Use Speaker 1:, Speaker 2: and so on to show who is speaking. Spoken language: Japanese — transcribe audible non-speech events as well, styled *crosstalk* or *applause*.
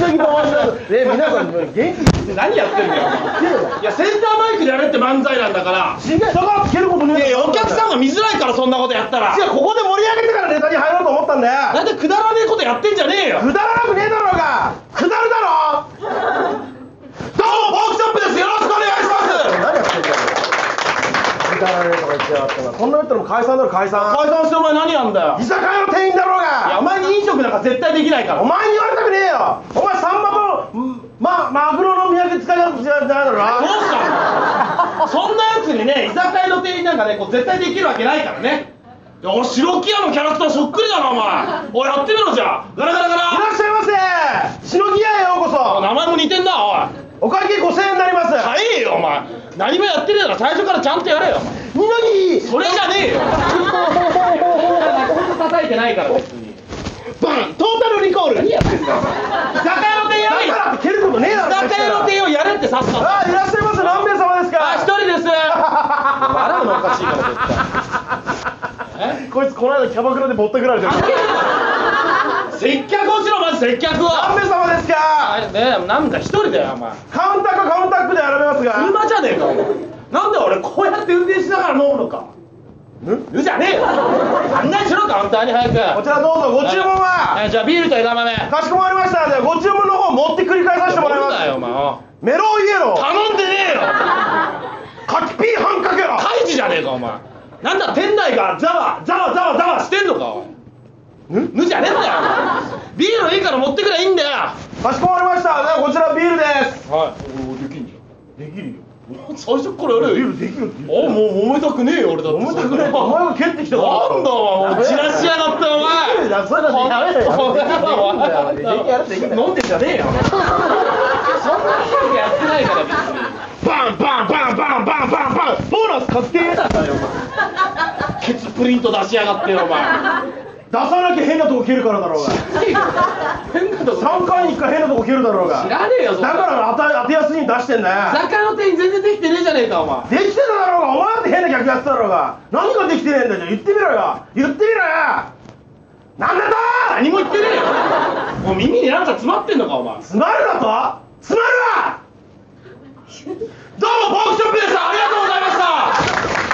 Speaker 1: ね、皆さん、元気に
Speaker 2: 何やってんだよいやセンターマイクでやれって漫才なんだから
Speaker 1: 違う、人がつけることによ
Speaker 2: いや
Speaker 1: っ
Speaker 2: い
Speaker 1: て
Speaker 2: やお客さんが見づらいからそんなことやったら
Speaker 1: 違う、ここで盛り上げてからネタに入ろうと思ったんだよ。
Speaker 2: だいたいくだらねえことやってんじゃねえよ
Speaker 1: くだらなくねえだろうが。くだるだろ。
Speaker 2: どうもボークショップですよろしくお願いします
Speaker 1: 何やってんだよ。くだらねえとか言ってやがったな。こんなやったらもう解散だろ、解散。
Speaker 2: 解散してお前何やんだよ
Speaker 1: 居酒屋の店員だろう
Speaker 2: いやお
Speaker 1: が。
Speaker 2: 前に飲食なんか絶対できないから
Speaker 1: お前に言われたくねえよ。お前サンマとんまマグロの土産使い方じゃないだろう
Speaker 2: どう
Speaker 1: な。
Speaker 2: したのそんなやつにね居酒屋の店員なんかねこう絶対できるわけないからねいや俺白木屋のキャラクターそっくりだなお前おいやってみろじゃあガラガラガ
Speaker 1: いら
Speaker 2: ラ
Speaker 1: っしゃいませ。しのぎ屋へようこ
Speaker 2: お名
Speaker 1: そ。
Speaker 2: 前も似てんなおい
Speaker 1: お会計5000円になります。
Speaker 2: 早えよお前何もやってねえなら最初からちゃんとやれよお前
Speaker 1: 二の木。
Speaker 2: それじゃねえ
Speaker 1: *laughs*
Speaker 2: よ本当叩いてないから別に
Speaker 1: バン。トータルリコール。だ
Speaker 2: 居酒屋の店や
Speaker 1: *laughs*
Speaker 2: れ
Speaker 1: からって蹴ることねえだろ。
Speaker 2: 居酒屋の店をやれってさっさと
Speaker 1: ああいらっしゃいませ何名様です
Speaker 2: あ一
Speaker 1: か
Speaker 2: 人です笑うのおかしいから
Speaker 1: こいつこの間キャバクラでぼったくられてる
Speaker 2: 絶対接客をしろまず接客は
Speaker 1: 何名様です
Speaker 2: あ
Speaker 1: か
Speaker 2: れねなんだ一人だよお前
Speaker 1: カウンターかカウンタックで選べますが
Speaker 2: 車じゃねえかお前なんで俺こうやって運転しながら飲むのか
Speaker 1: ん
Speaker 2: うじゃねえよ案内しろカウンターに早く
Speaker 1: こちらどうぞご注文は
Speaker 2: えじゃあビールと枝豆頼
Speaker 1: かしこまりましたではご注文の方持って繰り返させてもらいます
Speaker 2: だよお前
Speaker 1: メロンイエロー
Speaker 2: 頼んでねえよ
Speaker 1: カキピー半かけろ
Speaker 2: 開示じゃねえかお前なんだ店内がざわざわざわざわしてんのかおい
Speaker 1: ん
Speaker 2: ぬじゃねえんだよお前ビールいいから持ってくりゃいいんだよ
Speaker 1: かしこまりましたではこちらビールです
Speaker 2: はいおできんじ
Speaker 1: できるよ
Speaker 2: ゃん最初からやれよ
Speaker 1: できるって
Speaker 2: あもう揉めたくねえよ俺だって
Speaker 1: 揉めたくないお前が蹴ってきたから
Speaker 2: なんだお前もう散らしやがったお前
Speaker 1: いやそういうのやめろよやめろよやめろよできるんだよできるやろできるんだよ
Speaker 2: 飲んでんじゃねえよそんなことやってないから別
Speaker 1: バンバンバンバンバンバンバンボーナス確定出さ
Speaker 2: にケツプリント出しやがってよお前
Speaker 1: なきゃ変なとこ蹴るからだろうが
Speaker 2: 変なとこ
Speaker 1: 3回に1回変なとこ蹴るだろうが
Speaker 2: 知らねえよそん
Speaker 1: だ
Speaker 2: な
Speaker 1: から当た当てやすいに出してんだよ
Speaker 2: 酒の店員全然できてねえじゃねえかお前
Speaker 1: できてただろうがお前だって変な客やってただろうが何ができてねえんだよじゃあ言ってみろよ言ってみろよなんだと
Speaker 2: 何も言ってねえよもう耳になんか詰まってんのかお前
Speaker 1: 詰まるだと詰まるわ
Speaker 2: どうもボークショップでしたありがとうございました